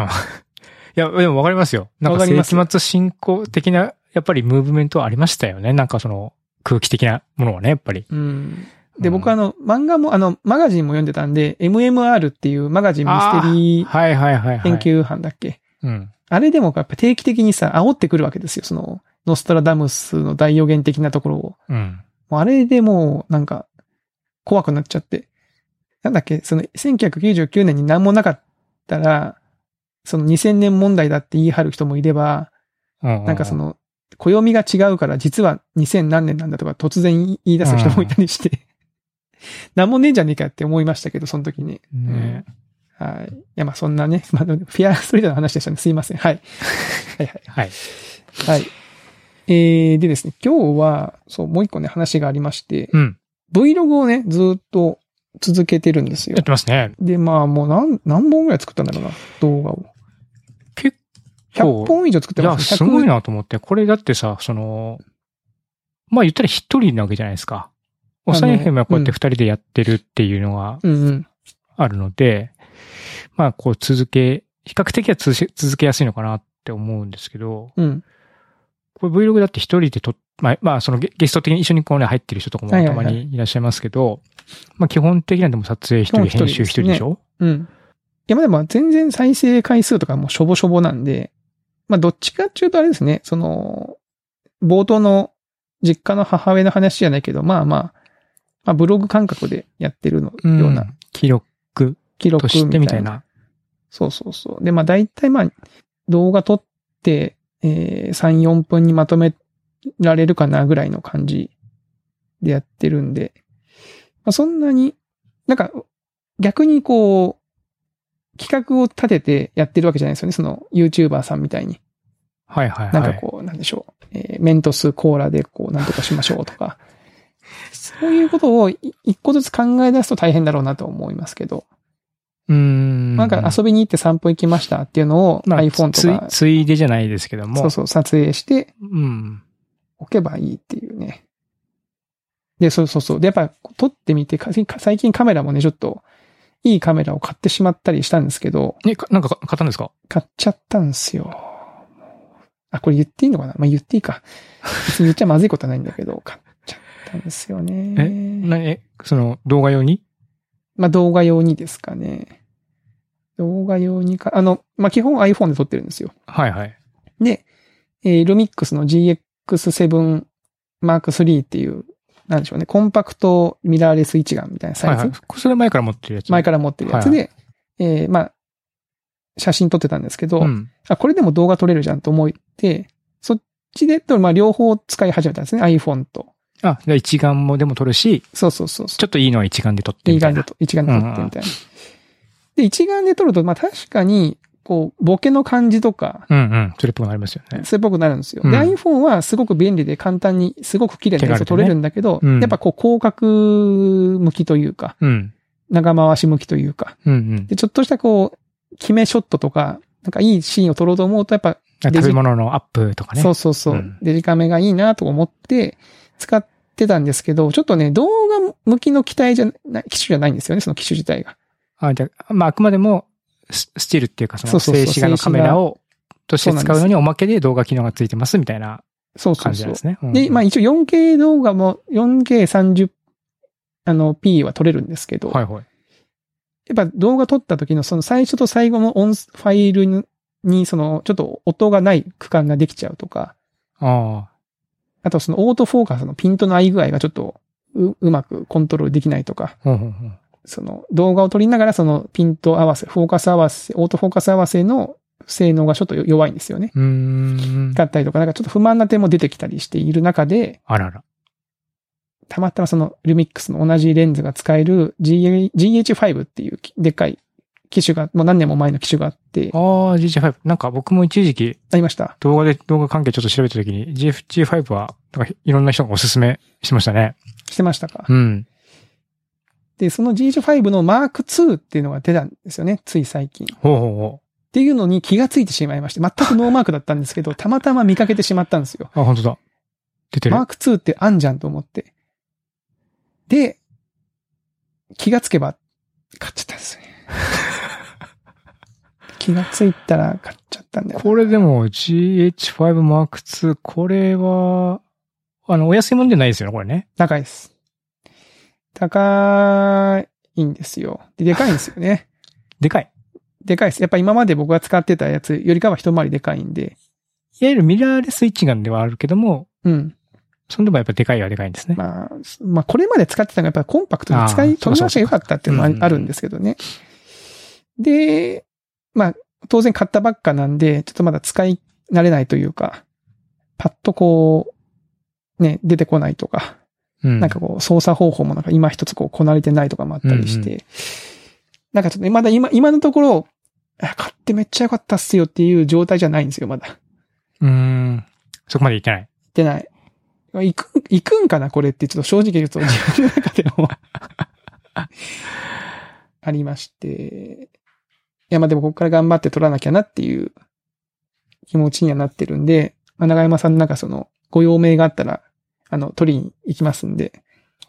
[SPEAKER 1] や、でもわかりますよ。なん
[SPEAKER 2] わか
[SPEAKER 1] か
[SPEAKER 2] ります
[SPEAKER 1] 世紀末進行的な、やっぱりムーブメントはありましたよね。なんかその空気的なものはね、やっぱり。
[SPEAKER 2] うん。で、僕
[SPEAKER 1] うん
[SPEAKER 2] あの、漫画も、あの、マガジンも読んでたんで、MMR っていうマガジンミステリー
[SPEAKER 1] はいはいはいはい。
[SPEAKER 2] 研究班だっけ、
[SPEAKER 1] うん。
[SPEAKER 2] あれでもやっぱ定期的にさ、煽ってくるわけですよ。その、ノストラダムスの大予言的なところを。
[SPEAKER 1] うん。
[SPEAKER 2] もうあれでもう、なんか、怖くなっちゃって。なんだっけ、その、1999年に何もなかったら、その2000年問題だって言い張る人もいれば、
[SPEAKER 1] な
[SPEAKER 2] なんかそ、の、暦が違うから実は2000何年なんだとか突然言い出す人もいたり して、なんもねえんじゃねえかって思いましたけど、その時に。
[SPEAKER 1] ね
[SPEAKER 2] はい。いや、まあそんなね、 まあ、フィアーストリートの話でしたね。すいません。はい。はいはい。
[SPEAKER 1] はい。
[SPEAKER 2] はい。えー、でですね、今日は、そう、もう一個ね、話がありまして、
[SPEAKER 1] うん。
[SPEAKER 2] Vlog をね、ずーっと続けてるんですよ
[SPEAKER 1] やっ。てますね。
[SPEAKER 2] で、まあ、もう何、何本ぐらい作ったんだろうな、動画を。
[SPEAKER 1] 結構
[SPEAKER 2] 100本以上作って
[SPEAKER 1] いや、
[SPEAKER 2] ます
[SPEAKER 1] す
[SPEAKER 2] ね。
[SPEAKER 1] ごい
[SPEAKER 2] 100
[SPEAKER 1] なと思って、これだってさ、その、まあ言ったら一人なわけじゃないですか。おさえへんはこうやって二人でやってるっていうのが
[SPEAKER 2] うんうん。
[SPEAKER 1] あるので、まあこう続け、比較的はつし続けやすいのかなって思うんですけど、
[SPEAKER 2] うん。
[SPEAKER 1] これ Vlog だって一人で撮っまあ、まあそのゲゲスト的に一緒にこうね入ってる人とかも
[SPEAKER 2] はいはい
[SPEAKER 1] た
[SPEAKER 2] は
[SPEAKER 1] ま
[SPEAKER 2] い
[SPEAKER 1] にいらっしゃいますけど、まあ基本的にはでも撮影一人、
[SPEAKER 2] 基本
[SPEAKER 1] 編集
[SPEAKER 2] 一人です
[SPEAKER 1] 一
[SPEAKER 2] ね
[SPEAKER 1] 人でしょ
[SPEAKER 2] うん。いや、まあでも全然再生回数とかもしょぼしょぼなんで、まあどっちかっていうとあれですね、その、冒頭の実家の母親の話じゃないけど、まあまあ、まあブログ感覚でやってるの、ような。
[SPEAKER 1] 記録
[SPEAKER 2] 記録
[SPEAKER 1] としてみ
[SPEAKER 2] み
[SPEAKER 1] た
[SPEAKER 2] た
[SPEAKER 1] い
[SPEAKER 2] いな。
[SPEAKER 1] な。
[SPEAKER 2] そうそうそう。で、まあ大体まあ、動画撮って、えー、3、4分にまとめられるかなぐらいの感じでやってるんで、まあそんなに、なんか、逆にこう、企画を立ててやってるわけじゃないですよね。その YouTuber さんみたいに。
[SPEAKER 1] はいはいはい。
[SPEAKER 2] なんかこう、なんでしょう。えーメントスコーラでこう、なんとかしましょうと か。そういうことをい一個ずつ考え出すと大変だろうなと思いますけど。
[SPEAKER 1] うーん。
[SPEAKER 2] なんか遊びに行って散歩行きましたっていうのを
[SPEAKER 1] まあ
[SPEAKER 2] iPhone とか
[SPEAKER 1] つ、ついでじゃないですけども。
[SPEAKER 2] そうそう、撮影して
[SPEAKER 1] うん。
[SPEAKER 2] おけばいいっていうね。で、そうそうそう。で、やっぱ撮ってみて、か最近カメラもね、ちょっと、いいカメラを買ってしまったりしたんですけど、
[SPEAKER 1] え、かなんか買ったんですか
[SPEAKER 2] 買っちゃったんですよ。あ、これ言っていいのかなまあ、言っていいか。別に言っちゃまずいことはないんだけど、 買っちゃったんですよね。
[SPEAKER 1] なえ、その動画用に
[SPEAKER 2] まあ、動画用にですかね。動画用にか、あの、まあ、基本 iPhone で撮ってるんですよ。
[SPEAKER 1] はいはい。
[SPEAKER 2] で、えールミックスの GX7 Mark IIIっていう、なんでしょうね、コンパクトミラーレス一眼みたいなサ
[SPEAKER 1] は
[SPEAKER 2] イ
[SPEAKER 1] い
[SPEAKER 2] ズ。
[SPEAKER 1] はい。それ前から持ってるやつ。
[SPEAKER 2] 前から持ってるやつで、えーまあ、写真撮ってたんですけど、
[SPEAKER 1] うん。
[SPEAKER 2] あ、これでも動画撮れるじゃんと思って、そっちでと、まあ、両方使い始めたんですね、iPhone と。
[SPEAKER 1] あ、じゃあ一眼もでも撮るし、
[SPEAKER 2] そうそうそうそう。
[SPEAKER 1] ちょっといいのは一眼で撮って
[SPEAKER 2] 一
[SPEAKER 1] みたい
[SPEAKER 2] 眼で
[SPEAKER 1] な。
[SPEAKER 2] と、一眼で撮ってみたいな。で、一眼で撮ると、まあ確かに、こう、ボケの感じとか、
[SPEAKER 1] うんうん。それっぽくなりますよね。
[SPEAKER 2] それっぽくなるんですよ。
[SPEAKER 1] うん
[SPEAKER 2] で、iPhone はすごく便利で簡単に、すごく綺麗な
[SPEAKER 1] 手軽
[SPEAKER 2] 映像
[SPEAKER 1] でね
[SPEAKER 2] 撮れるんだけど、
[SPEAKER 1] うん
[SPEAKER 2] やっぱこう広角向きというか、
[SPEAKER 1] うん。
[SPEAKER 2] 長回し向きというか、
[SPEAKER 1] うんうん。
[SPEAKER 2] で、ちょっとしたこう、決めショットとか、なんかいいシーンを撮ろうと思うと、やっぱ、
[SPEAKER 1] なんか食べ物のアップとかね。
[SPEAKER 2] そううそうそう、
[SPEAKER 1] ん
[SPEAKER 2] デジカメがいいなと思って使ってたんですけど、ちょっとね、動画向きの機体じゃない、機種じゃないんですよね、その機種自体が。
[SPEAKER 1] あ、じゃあ、まああくまでもススチールっていうかそ
[SPEAKER 2] そ
[SPEAKER 1] の
[SPEAKER 2] うそうそう
[SPEAKER 1] 静止画のカメラをとして
[SPEAKER 2] そう
[SPEAKER 1] 使
[SPEAKER 2] な
[SPEAKER 1] う
[SPEAKER 2] ん
[SPEAKER 1] の
[SPEAKER 2] です
[SPEAKER 1] におまけで動画機能がついてますみたいな
[SPEAKER 2] そうそ
[SPEAKER 1] 感
[SPEAKER 2] う
[SPEAKER 1] じな
[SPEAKER 2] そ
[SPEAKER 1] ん
[SPEAKER 2] う
[SPEAKER 1] で。すね。うん
[SPEAKER 2] で、まあ一応 4K 動画も 4K30、あの、P は撮れるんですけど、
[SPEAKER 1] はいはい。
[SPEAKER 2] やっぱ動画撮った時のその最初と最後の音ファイルににそのちょっと音がない区間ができちゃうとか、
[SPEAKER 1] ああ。
[SPEAKER 2] あとそのオートフォーカスのピントの合い具合がちょっとううまくコントロールできないとか、
[SPEAKER 1] うんうんうん。
[SPEAKER 2] その動画を撮りながらそのピント合わせ、フォーカス合わせ、オートフォーカス合わせの性能がちょっと弱いんですよね。
[SPEAKER 1] うーん。
[SPEAKER 2] だったりとか、なんかちょっと不満な点も出てきたりしている中で、
[SPEAKER 1] あらら。
[SPEAKER 2] たまたまそのルミックスの同じレンズが使える GA GH5 っていうきでっかい機種が、もう何年も前の機種があって、
[SPEAKER 1] ああ、GG5。なんか僕も一時期
[SPEAKER 2] ありました。
[SPEAKER 1] 動画で、動画関係ちょっと調べたときに、GFG5 は、なんかいろんな人がおすすめしてましたね。
[SPEAKER 2] してましたか。
[SPEAKER 1] うん。
[SPEAKER 2] で、その GH5 の Mark IIっていうのが出たんですよね、つい最近。っ
[SPEAKER 1] ほうほうほ
[SPEAKER 2] ていうのに気がついてしまいまして、全くノーマークだったんですけど、たまたま見かけてしまったんですよ。
[SPEAKER 1] う。あ、本当だ。出てる。
[SPEAKER 2] Mark II ってあんじゃんと思って。で、気がつけば、買っちゃったんですね。気がついたら買っちゃったんだよな。
[SPEAKER 1] これでも GH5 Mark II、これは、あの、お安いもんじゃないですよね、これね。
[SPEAKER 2] 高いです。高いんですよ。で、でかいんですよね。
[SPEAKER 1] でかい。
[SPEAKER 2] でかいです。やっぱ今まで僕が使ってたやつよりかは一回りでかいんで。
[SPEAKER 1] いわゆるミラーレス一眼ではあるけども、
[SPEAKER 2] うん。
[SPEAKER 1] そのでもやっぱでかいはでかいんですね。
[SPEAKER 2] まあ、まあこれまで使ってたのがやっぱりコンパクト
[SPEAKER 1] あ
[SPEAKER 2] に
[SPEAKER 1] あ
[SPEAKER 2] 使い、
[SPEAKER 1] そう
[SPEAKER 2] 取り
[SPEAKER 1] そ
[SPEAKER 2] 回
[SPEAKER 1] う
[SPEAKER 2] し
[SPEAKER 1] そ
[SPEAKER 2] が
[SPEAKER 1] う
[SPEAKER 2] 良かったっていうのもあ
[SPEAKER 1] うんうん
[SPEAKER 2] あるんですけどね。で、まあ、当然買ったばっかなんで、ちょっとまだ使い慣れないというか、パッとこう、ね、出てこないとか、
[SPEAKER 1] うん。
[SPEAKER 2] なんかこう、操作方法もなんか今一つこう、こなれてないとかもあったりして、
[SPEAKER 1] う
[SPEAKER 2] なんかちょっとねまだ今、今のところ、あ買ってめっちゃ良かったっすよっていう状態じゃないんですよ、まだ。
[SPEAKER 1] うーん。そこまでいけない。
[SPEAKER 2] ってない。行く、行くんかなこれってちょっと正直言うと自分の中でもありまして。いや、まあでもここから頑張って取らなきゃなっていう気持ちにはなってるんで、まあ長山さんのなんかそのご用命があったら、あの、取りに行きますんで、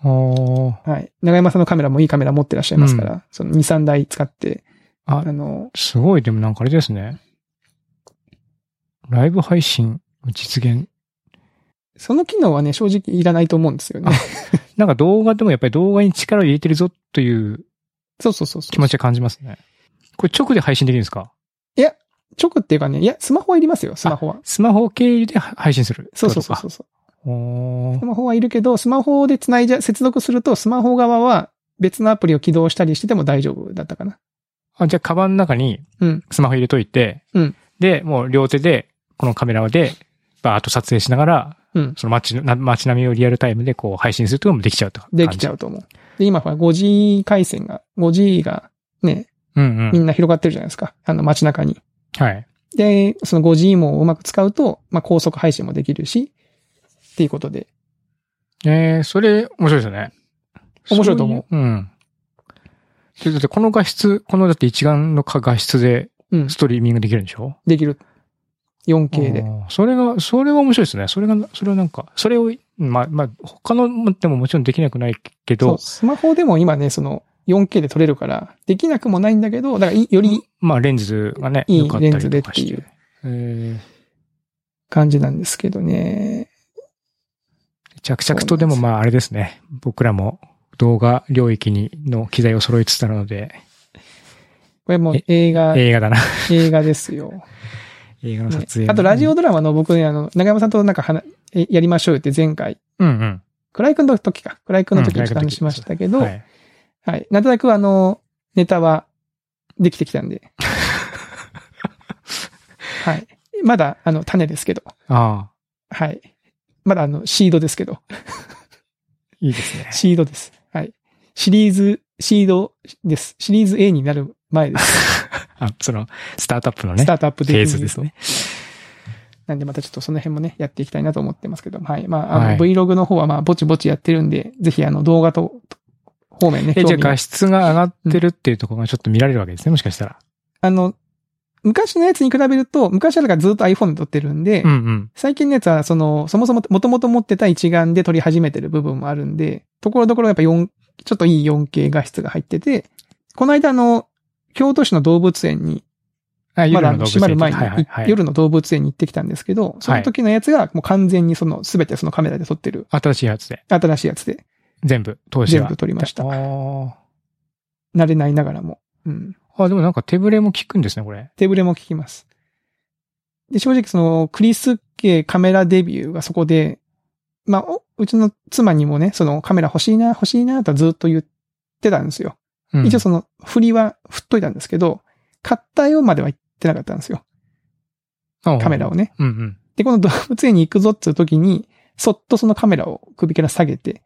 [SPEAKER 1] おー。
[SPEAKER 2] はい。長山さんのカメラもいいカメラ持ってらっしゃいますから、その2、3台使って、
[SPEAKER 1] あ
[SPEAKER 2] あ、の、
[SPEAKER 1] すごい、でもなんかあれですね。ライブ配信実現。
[SPEAKER 2] その機能はね、正直いらないと思うんですよね。
[SPEAKER 1] なんか動画でもやっぱり動画に力を入れてるぞという
[SPEAKER 2] そうそうそうそう。
[SPEAKER 1] 気持ちは感じますね。これ直で配信できるんですか
[SPEAKER 2] 直っていうかね、いや、スマホはいりますよ、スマホは。
[SPEAKER 1] スマホ経由で配信する。
[SPEAKER 2] そうそうそうそう。
[SPEAKER 1] う。お
[SPEAKER 2] ス
[SPEAKER 1] ー。
[SPEAKER 2] マホはいるけど、スマホで繋いじゃ、接続すると、スマホ側は別のアプリを起動したりしてても大丈夫だったかな。
[SPEAKER 1] あ、じゃあ、カバンの中に
[SPEAKER 2] うん
[SPEAKER 1] スマホ入れといて、
[SPEAKER 2] うん
[SPEAKER 1] で、もう両手で、このカメラで、バーッと撮影しながら、
[SPEAKER 2] うん
[SPEAKER 1] その街のな街並みをリアルタイムでこう配信するというのもできちゃうと。
[SPEAKER 2] できちゃ
[SPEAKER 1] う。
[SPEAKER 2] うと思う。で、今ほら 5G 回線が、5G がね、
[SPEAKER 1] うんう
[SPEAKER 2] み
[SPEAKER 1] ん。
[SPEAKER 2] んな広がってるじゃないですか。あの街中に。
[SPEAKER 1] はい。
[SPEAKER 2] で、その 5G もうまく使うと、まあ、高速配信もできるし、っていうことで。
[SPEAKER 1] えー、それ、面白いですよね。
[SPEAKER 2] 面白いと思う
[SPEAKER 1] そういう。うん。でだってこの画質、このだって一眼の画質で
[SPEAKER 2] うん
[SPEAKER 1] ス。トリーミングできるんでしょ
[SPEAKER 2] できる。4K
[SPEAKER 1] あ
[SPEAKER 2] で。
[SPEAKER 1] ーそれが、それは面白いですね。それが、それはなんか、それを、まあ、まあ、他のもでももちろんできなくないけ
[SPEAKER 2] そ
[SPEAKER 1] ど
[SPEAKER 2] う。、スマホでも今ね、その 4K で撮れるから、できなくもないんだけど、だからいより
[SPEAKER 1] まあ、レンズがね、
[SPEAKER 2] いい
[SPEAKER 1] 良かったりとか
[SPEAKER 2] レンズでっていう
[SPEAKER 1] してえー
[SPEAKER 2] 感じなんですけどね。
[SPEAKER 1] 着々とでも
[SPEAKER 2] そうなんですよ
[SPEAKER 1] まああれですね。僕らも動画領域にの機材を揃えつつあるので、
[SPEAKER 2] これもう
[SPEAKER 1] え
[SPEAKER 2] 映画、
[SPEAKER 1] 映画 だな。
[SPEAKER 2] 映画ですよ。
[SPEAKER 1] 映画の
[SPEAKER 2] ね
[SPEAKER 1] 撮影。
[SPEAKER 2] あと、ラジオドラマの僕ね、あの、長山さんとなんか話、えやりましょうよって前回、
[SPEAKER 1] うんうん。
[SPEAKER 2] クライ君の時か、クライ君の時
[SPEAKER 1] うん
[SPEAKER 2] にちょっと話しましたけど、
[SPEAKER 1] は。
[SPEAKER 2] はいい。なんとなくあの、ネタはできてきた んで。はい。まだ、あの、種ですけど。
[SPEAKER 1] ああ、
[SPEAKER 2] はい。まだ、あの、シードですけど。
[SPEAKER 1] いいですね。
[SPEAKER 2] シードです。はい。シリーズ、シードです。シリーズ A になる前です。
[SPEAKER 1] あ、その、スタートアップのね、
[SPEAKER 2] スタ
[SPEAKER 1] フ
[SPEAKER 2] ートアップで
[SPEAKER 1] ェー
[SPEAKER 2] 言う
[SPEAKER 1] ズ
[SPEAKER 2] と
[SPEAKER 1] ですね。
[SPEAKER 2] なんでまたちょっとその辺もね、やっていきたいなと思ってますけど、はい。まあ、あの、
[SPEAKER 1] はい
[SPEAKER 2] Vlog の方はまあ、ぼちぼちやってるんで、ぜひあの、動画と、方面ね、
[SPEAKER 1] え、
[SPEAKER 2] 興
[SPEAKER 1] じゃあ
[SPEAKER 2] 味が
[SPEAKER 1] 画質が上がってるっていうところがちょっと見られるわけですね、もしかしたら。
[SPEAKER 2] あの、昔のやつに比べると、昔はだからずっと iPhone で撮ってるんで、
[SPEAKER 1] うんうん。
[SPEAKER 2] 最近のやつはその、そもそも元々持ってた一眼で撮り始めてる部分もあるんで、ところどころやっぱ4、ちょっといい 4K 画質が入ってて、この間あの、京都市の動物園に、
[SPEAKER 1] あ、
[SPEAKER 2] ま
[SPEAKER 1] 夜
[SPEAKER 2] だあ
[SPEAKER 1] の動
[SPEAKER 2] の
[SPEAKER 1] 物
[SPEAKER 2] 閉まる前に、
[SPEAKER 1] はいはいはい。
[SPEAKER 2] 夜の動物園に行ってきたんですけど、その時のやつがもう完全にその、すべてそのカメラで撮ってる、
[SPEAKER 1] 新しいやつで、
[SPEAKER 2] 新しいやつで、
[SPEAKER 1] 全部、投資
[SPEAKER 2] 全
[SPEAKER 1] は。
[SPEAKER 2] 部撮りました
[SPEAKER 1] あ。ー
[SPEAKER 2] 慣れないながらも。うん。
[SPEAKER 1] あ、でもなんか手ぶれも効くんですね、これ。
[SPEAKER 2] 手ぶれも効きます。で、正直その、クリス系カメラデビューがそこで、まあ、おうちの妻にもね、そのカメラ欲しいな、欲しいなとはずっと言ってたんですよ。
[SPEAKER 1] うん
[SPEAKER 2] 一応その、振りは振っといたんですけど、買ったよまでは言ってなかったんですよ。カメラを。ね。
[SPEAKER 1] うんうん。
[SPEAKER 2] で、この動物園に行くぞっていう時に、そっとそのカメラを首から下 げて、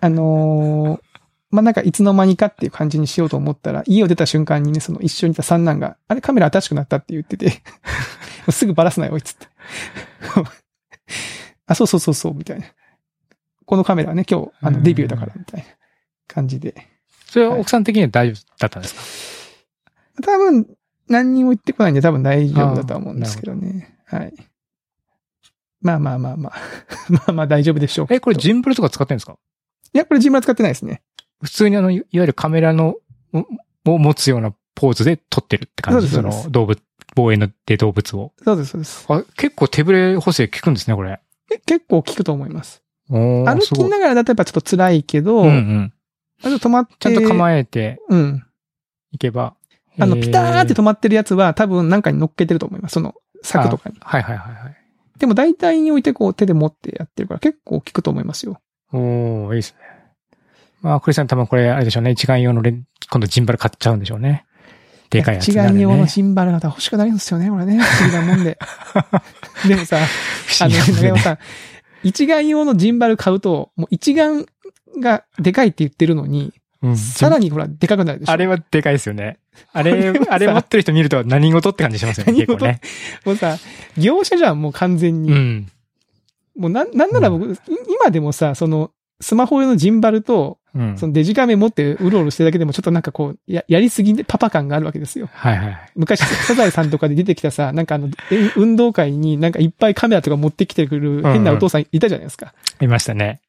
[SPEAKER 2] あのーまあ、なんかいつの間にかっていう感じにしようと思ったら、家を出た瞬間にね、その一緒にいた三男が、あれカメラ新しくなったって言ってて、も うすぐバラすなよ、おいっつって。 あ、そうそうそうそう、みたいな。このカメラはね、今日、あ
[SPEAKER 1] う
[SPEAKER 2] の、
[SPEAKER 1] ん
[SPEAKER 2] デビューだから、みたいな感じで。
[SPEAKER 1] それは奥さん的には大丈夫だったんですか
[SPEAKER 2] 多分、何にも言ってこないんで多分大丈夫だとは思うんですけどね。はい。まあまあまあ まあ。まあまあ大丈夫でしょう。
[SPEAKER 1] え、これ
[SPEAKER 2] ジ
[SPEAKER 1] ジンプルとか使ってんですか
[SPEAKER 2] いや、これジムラ使ってないですね。
[SPEAKER 1] 普通にあの、いいわゆるカメラの、おを持つようなポーズで撮ってるって感じ
[SPEAKER 2] そうです
[SPEAKER 1] の
[SPEAKER 2] そうです
[SPEAKER 1] 動物、防衛ので動物を。
[SPEAKER 2] そうです、そうです。
[SPEAKER 1] あ、結構手ぶれ補正効くんですね、これ。
[SPEAKER 2] え結構効くと思います。
[SPEAKER 1] おー
[SPEAKER 2] 歩
[SPEAKER 1] す
[SPEAKER 2] き
[SPEAKER 1] ごい。
[SPEAKER 2] ながらだとやっぱちょっと辛いけど、
[SPEAKER 1] うんうん。
[SPEAKER 2] あと止まって。
[SPEAKER 1] ちゃんと
[SPEAKER 2] え。
[SPEAKER 1] 構えて
[SPEAKER 2] うん。
[SPEAKER 1] いけば。
[SPEAKER 2] あの、
[SPEAKER 1] え
[SPEAKER 2] ピターって止まってるやつは多分なんかに乗っけてると思います。その、柵とかに。
[SPEAKER 1] はいはいはいはい。
[SPEAKER 2] でも大体においてこう手で持ってやってるから結構効くと思いますよ。
[SPEAKER 1] おー、いいですね。まあ、クリスさん多分これ、あれでしょうね。一眼用のレン、今度ジンバル買っちゃうんでしょうね。でかいやつ
[SPEAKER 2] 一
[SPEAKER 1] にな
[SPEAKER 2] 概
[SPEAKER 1] る
[SPEAKER 2] に
[SPEAKER 1] ね。
[SPEAKER 2] 用のシンバル型欲しくなりますよね、これね。不思議なも んで。でもさ、
[SPEAKER 1] 不
[SPEAKER 2] あ
[SPEAKER 1] 思
[SPEAKER 2] の、
[SPEAKER 1] 議なもん
[SPEAKER 2] 中
[SPEAKER 1] で
[SPEAKER 2] 山
[SPEAKER 1] ね
[SPEAKER 2] さん、一眼用のジンバル買うと、もう一眼がでかいって言ってるのに、
[SPEAKER 1] うん
[SPEAKER 2] さらにほら、でかくなるでしょ。
[SPEAKER 1] あれはでかいですよね。あれ
[SPEAKER 2] これは、 さ
[SPEAKER 1] あれ持ってる人見ると何事って感じしますよね、
[SPEAKER 2] 何
[SPEAKER 1] 結
[SPEAKER 2] 事
[SPEAKER 1] 構ね。
[SPEAKER 2] もうさ、業者じゃん、もう完全に。
[SPEAKER 1] うん。
[SPEAKER 2] もうなん、なんなら僕、い今でもさ、その、スマホ用のジンバルと、
[SPEAKER 1] うん。
[SPEAKER 2] そのデジカメ持ってうろうろしてるだけでも、ちょっとなんかこう、や、やりすぎでパパ感があるわけですよ。
[SPEAKER 1] はいはい。
[SPEAKER 2] 昔、サザエさんとかで出てき たさ、なんかあの、え運動会になんかいっぱいカメラとか持ってきてくる変なお父さんいたじゃないですか。
[SPEAKER 1] いましたね。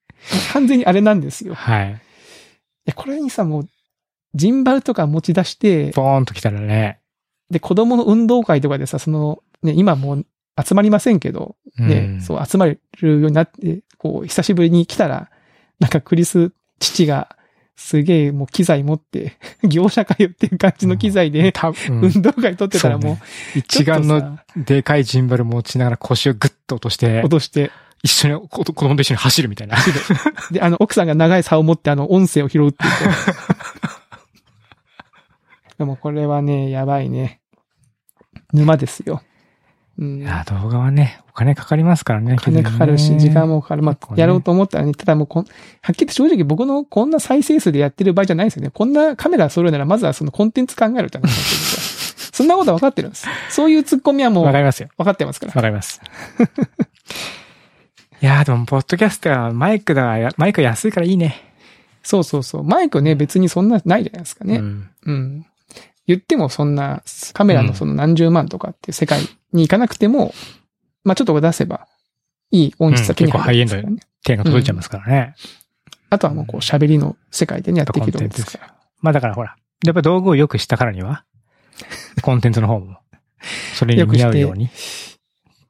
[SPEAKER 2] 完全にあれなんですよ。い
[SPEAKER 1] はい。
[SPEAKER 2] や、これにさ、もう、ジンバルとか持ち出して、
[SPEAKER 1] ポーンと来たらね。
[SPEAKER 2] で、子供の運動会とかでさ、その、ね、今もう集まりませんけど、
[SPEAKER 1] うん
[SPEAKER 2] ね、そう集まれるようになって、こう、久しぶりに来たら、なんかクリス、父が、すげえもう機材持って、 業者かよっていう感じの機材で、
[SPEAKER 1] たうん
[SPEAKER 2] 運動会撮ってたら
[SPEAKER 1] そう
[SPEAKER 2] も
[SPEAKER 1] ね
[SPEAKER 2] う、
[SPEAKER 1] 一眼
[SPEAKER 2] ちょ
[SPEAKER 1] の
[SPEAKER 2] っとさ
[SPEAKER 1] でかいジンバル持ちながら腰をグッと落として
[SPEAKER 2] 落、として、
[SPEAKER 1] 一緒に、子子供と一緒に走るみたいな。
[SPEAKER 2] で、あの、奥さんが長い竿を持って、あの、音声を拾うっ ていう。でもこれはね、やばいね。沼ですよ。うん。
[SPEAKER 1] いや、動画はね、お金かかりますからね。
[SPEAKER 2] お金かかるし、時間もかかる。ま
[SPEAKER 1] 結
[SPEAKER 2] あ
[SPEAKER 1] 構、ね
[SPEAKER 2] やろうと思ったらね、ただもうこん、はっきり言って正直僕のこんな再生数でやってる場合じゃないですよね。こんなカメラ揃えるなら、まずはそのコンテンツ考えるって話なんです よ。そんなことは分かってるんです。そういうツッコミはもう
[SPEAKER 1] わか
[SPEAKER 2] 分
[SPEAKER 1] りますよ。
[SPEAKER 2] かってますから。
[SPEAKER 1] わかります。 いやーでも、ポッドキャストはマイクだから、マイク安いからいいね。
[SPEAKER 2] そうそうそう。マイクね、別にそんなないじゃないですかね。
[SPEAKER 1] うん。
[SPEAKER 2] うん。言ってもそんなカメラのその何十万とかっていう世界に行かなくても、まあちょっと出せばいい音質だけに入るんですからね。
[SPEAKER 1] 手が届いちゃいますからね。
[SPEAKER 2] あとはもうこう喋りの世界でね、
[SPEAKER 1] や
[SPEAKER 2] やっ
[SPEAKER 1] ってぱ
[SPEAKER 2] い
[SPEAKER 1] コ
[SPEAKER 2] け
[SPEAKER 1] ン
[SPEAKER 2] るわ
[SPEAKER 1] テ
[SPEAKER 2] け
[SPEAKER 1] ンツ
[SPEAKER 2] で
[SPEAKER 1] ですす
[SPEAKER 2] か。
[SPEAKER 1] からら。まあだからほら、やっぱ道具をよくしたからに は、コンテンツの方も、それに見合うように、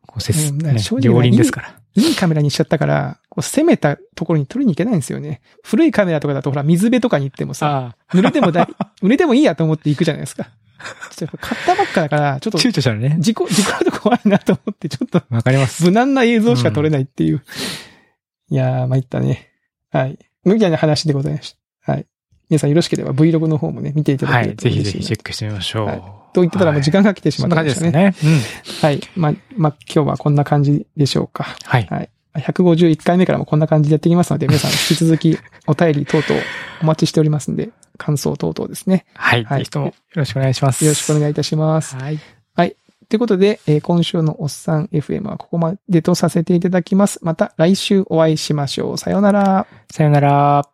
[SPEAKER 1] こうせ
[SPEAKER 2] う
[SPEAKER 1] つ、
[SPEAKER 2] んだから
[SPEAKER 1] ね
[SPEAKER 2] 正直、
[SPEAKER 1] 両輪ですから。
[SPEAKER 2] いいカメラにしちゃったから、こう攻めたところに取りに行けないんですよね。古いカメラとかだとほら、水辺とかに行ってもさ、
[SPEAKER 1] あ
[SPEAKER 2] 濡れても だ、濡れてもいいやと思って行くじゃないですか。ちょっと買ったばっかだから、 ちょ
[SPEAKER 1] あ、
[SPEAKER 2] っと、
[SPEAKER 1] 躊躇したらね。
[SPEAKER 2] 事故、事故ると怖いなと思って、ちょっと
[SPEAKER 1] わかります。
[SPEAKER 2] 無難な映像しか撮れないっていう。いやー、参ったね。はい。みたいな話でございました。はい。皆さんよろしければ Vlog の方もね、見ていただ
[SPEAKER 1] は
[SPEAKER 2] ける
[SPEAKER 1] い。
[SPEAKER 2] と
[SPEAKER 1] ぜ
[SPEAKER 2] 嬉しい
[SPEAKER 1] ひ
[SPEAKER 2] な
[SPEAKER 1] ぜひチェックしてみましょう。
[SPEAKER 2] はいと言ってたらもう時間が来てし
[SPEAKER 1] そ
[SPEAKER 2] ま
[SPEAKER 1] ん
[SPEAKER 2] っ
[SPEAKER 1] な
[SPEAKER 2] た
[SPEAKER 1] 感
[SPEAKER 2] んで
[SPEAKER 1] じですす
[SPEAKER 2] ね。
[SPEAKER 1] ね。うん。
[SPEAKER 2] はい。まあ、まあ、今日はこんな感じでしょうか。
[SPEAKER 1] はい。
[SPEAKER 2] 151回目からもこんな感じでやっていきます ので、皆さん引き続きお便り等々お待ちしておりますんで、感想等々ですね。
[SPEAKER 1] はい。
[SPEAKER 2] はい
[SPEAKER 1] ぜひともよろしくお願いします。
[SPEAKER 2] よろしくお願いいたします。
[SPEAKER 1] はい。
[SPEAKER 2] ということで、えー今週のおっさん FM はここまでとさせていただきます。また来週お会いしましょう。さようなら。
[SPEAKER 1] さよなら。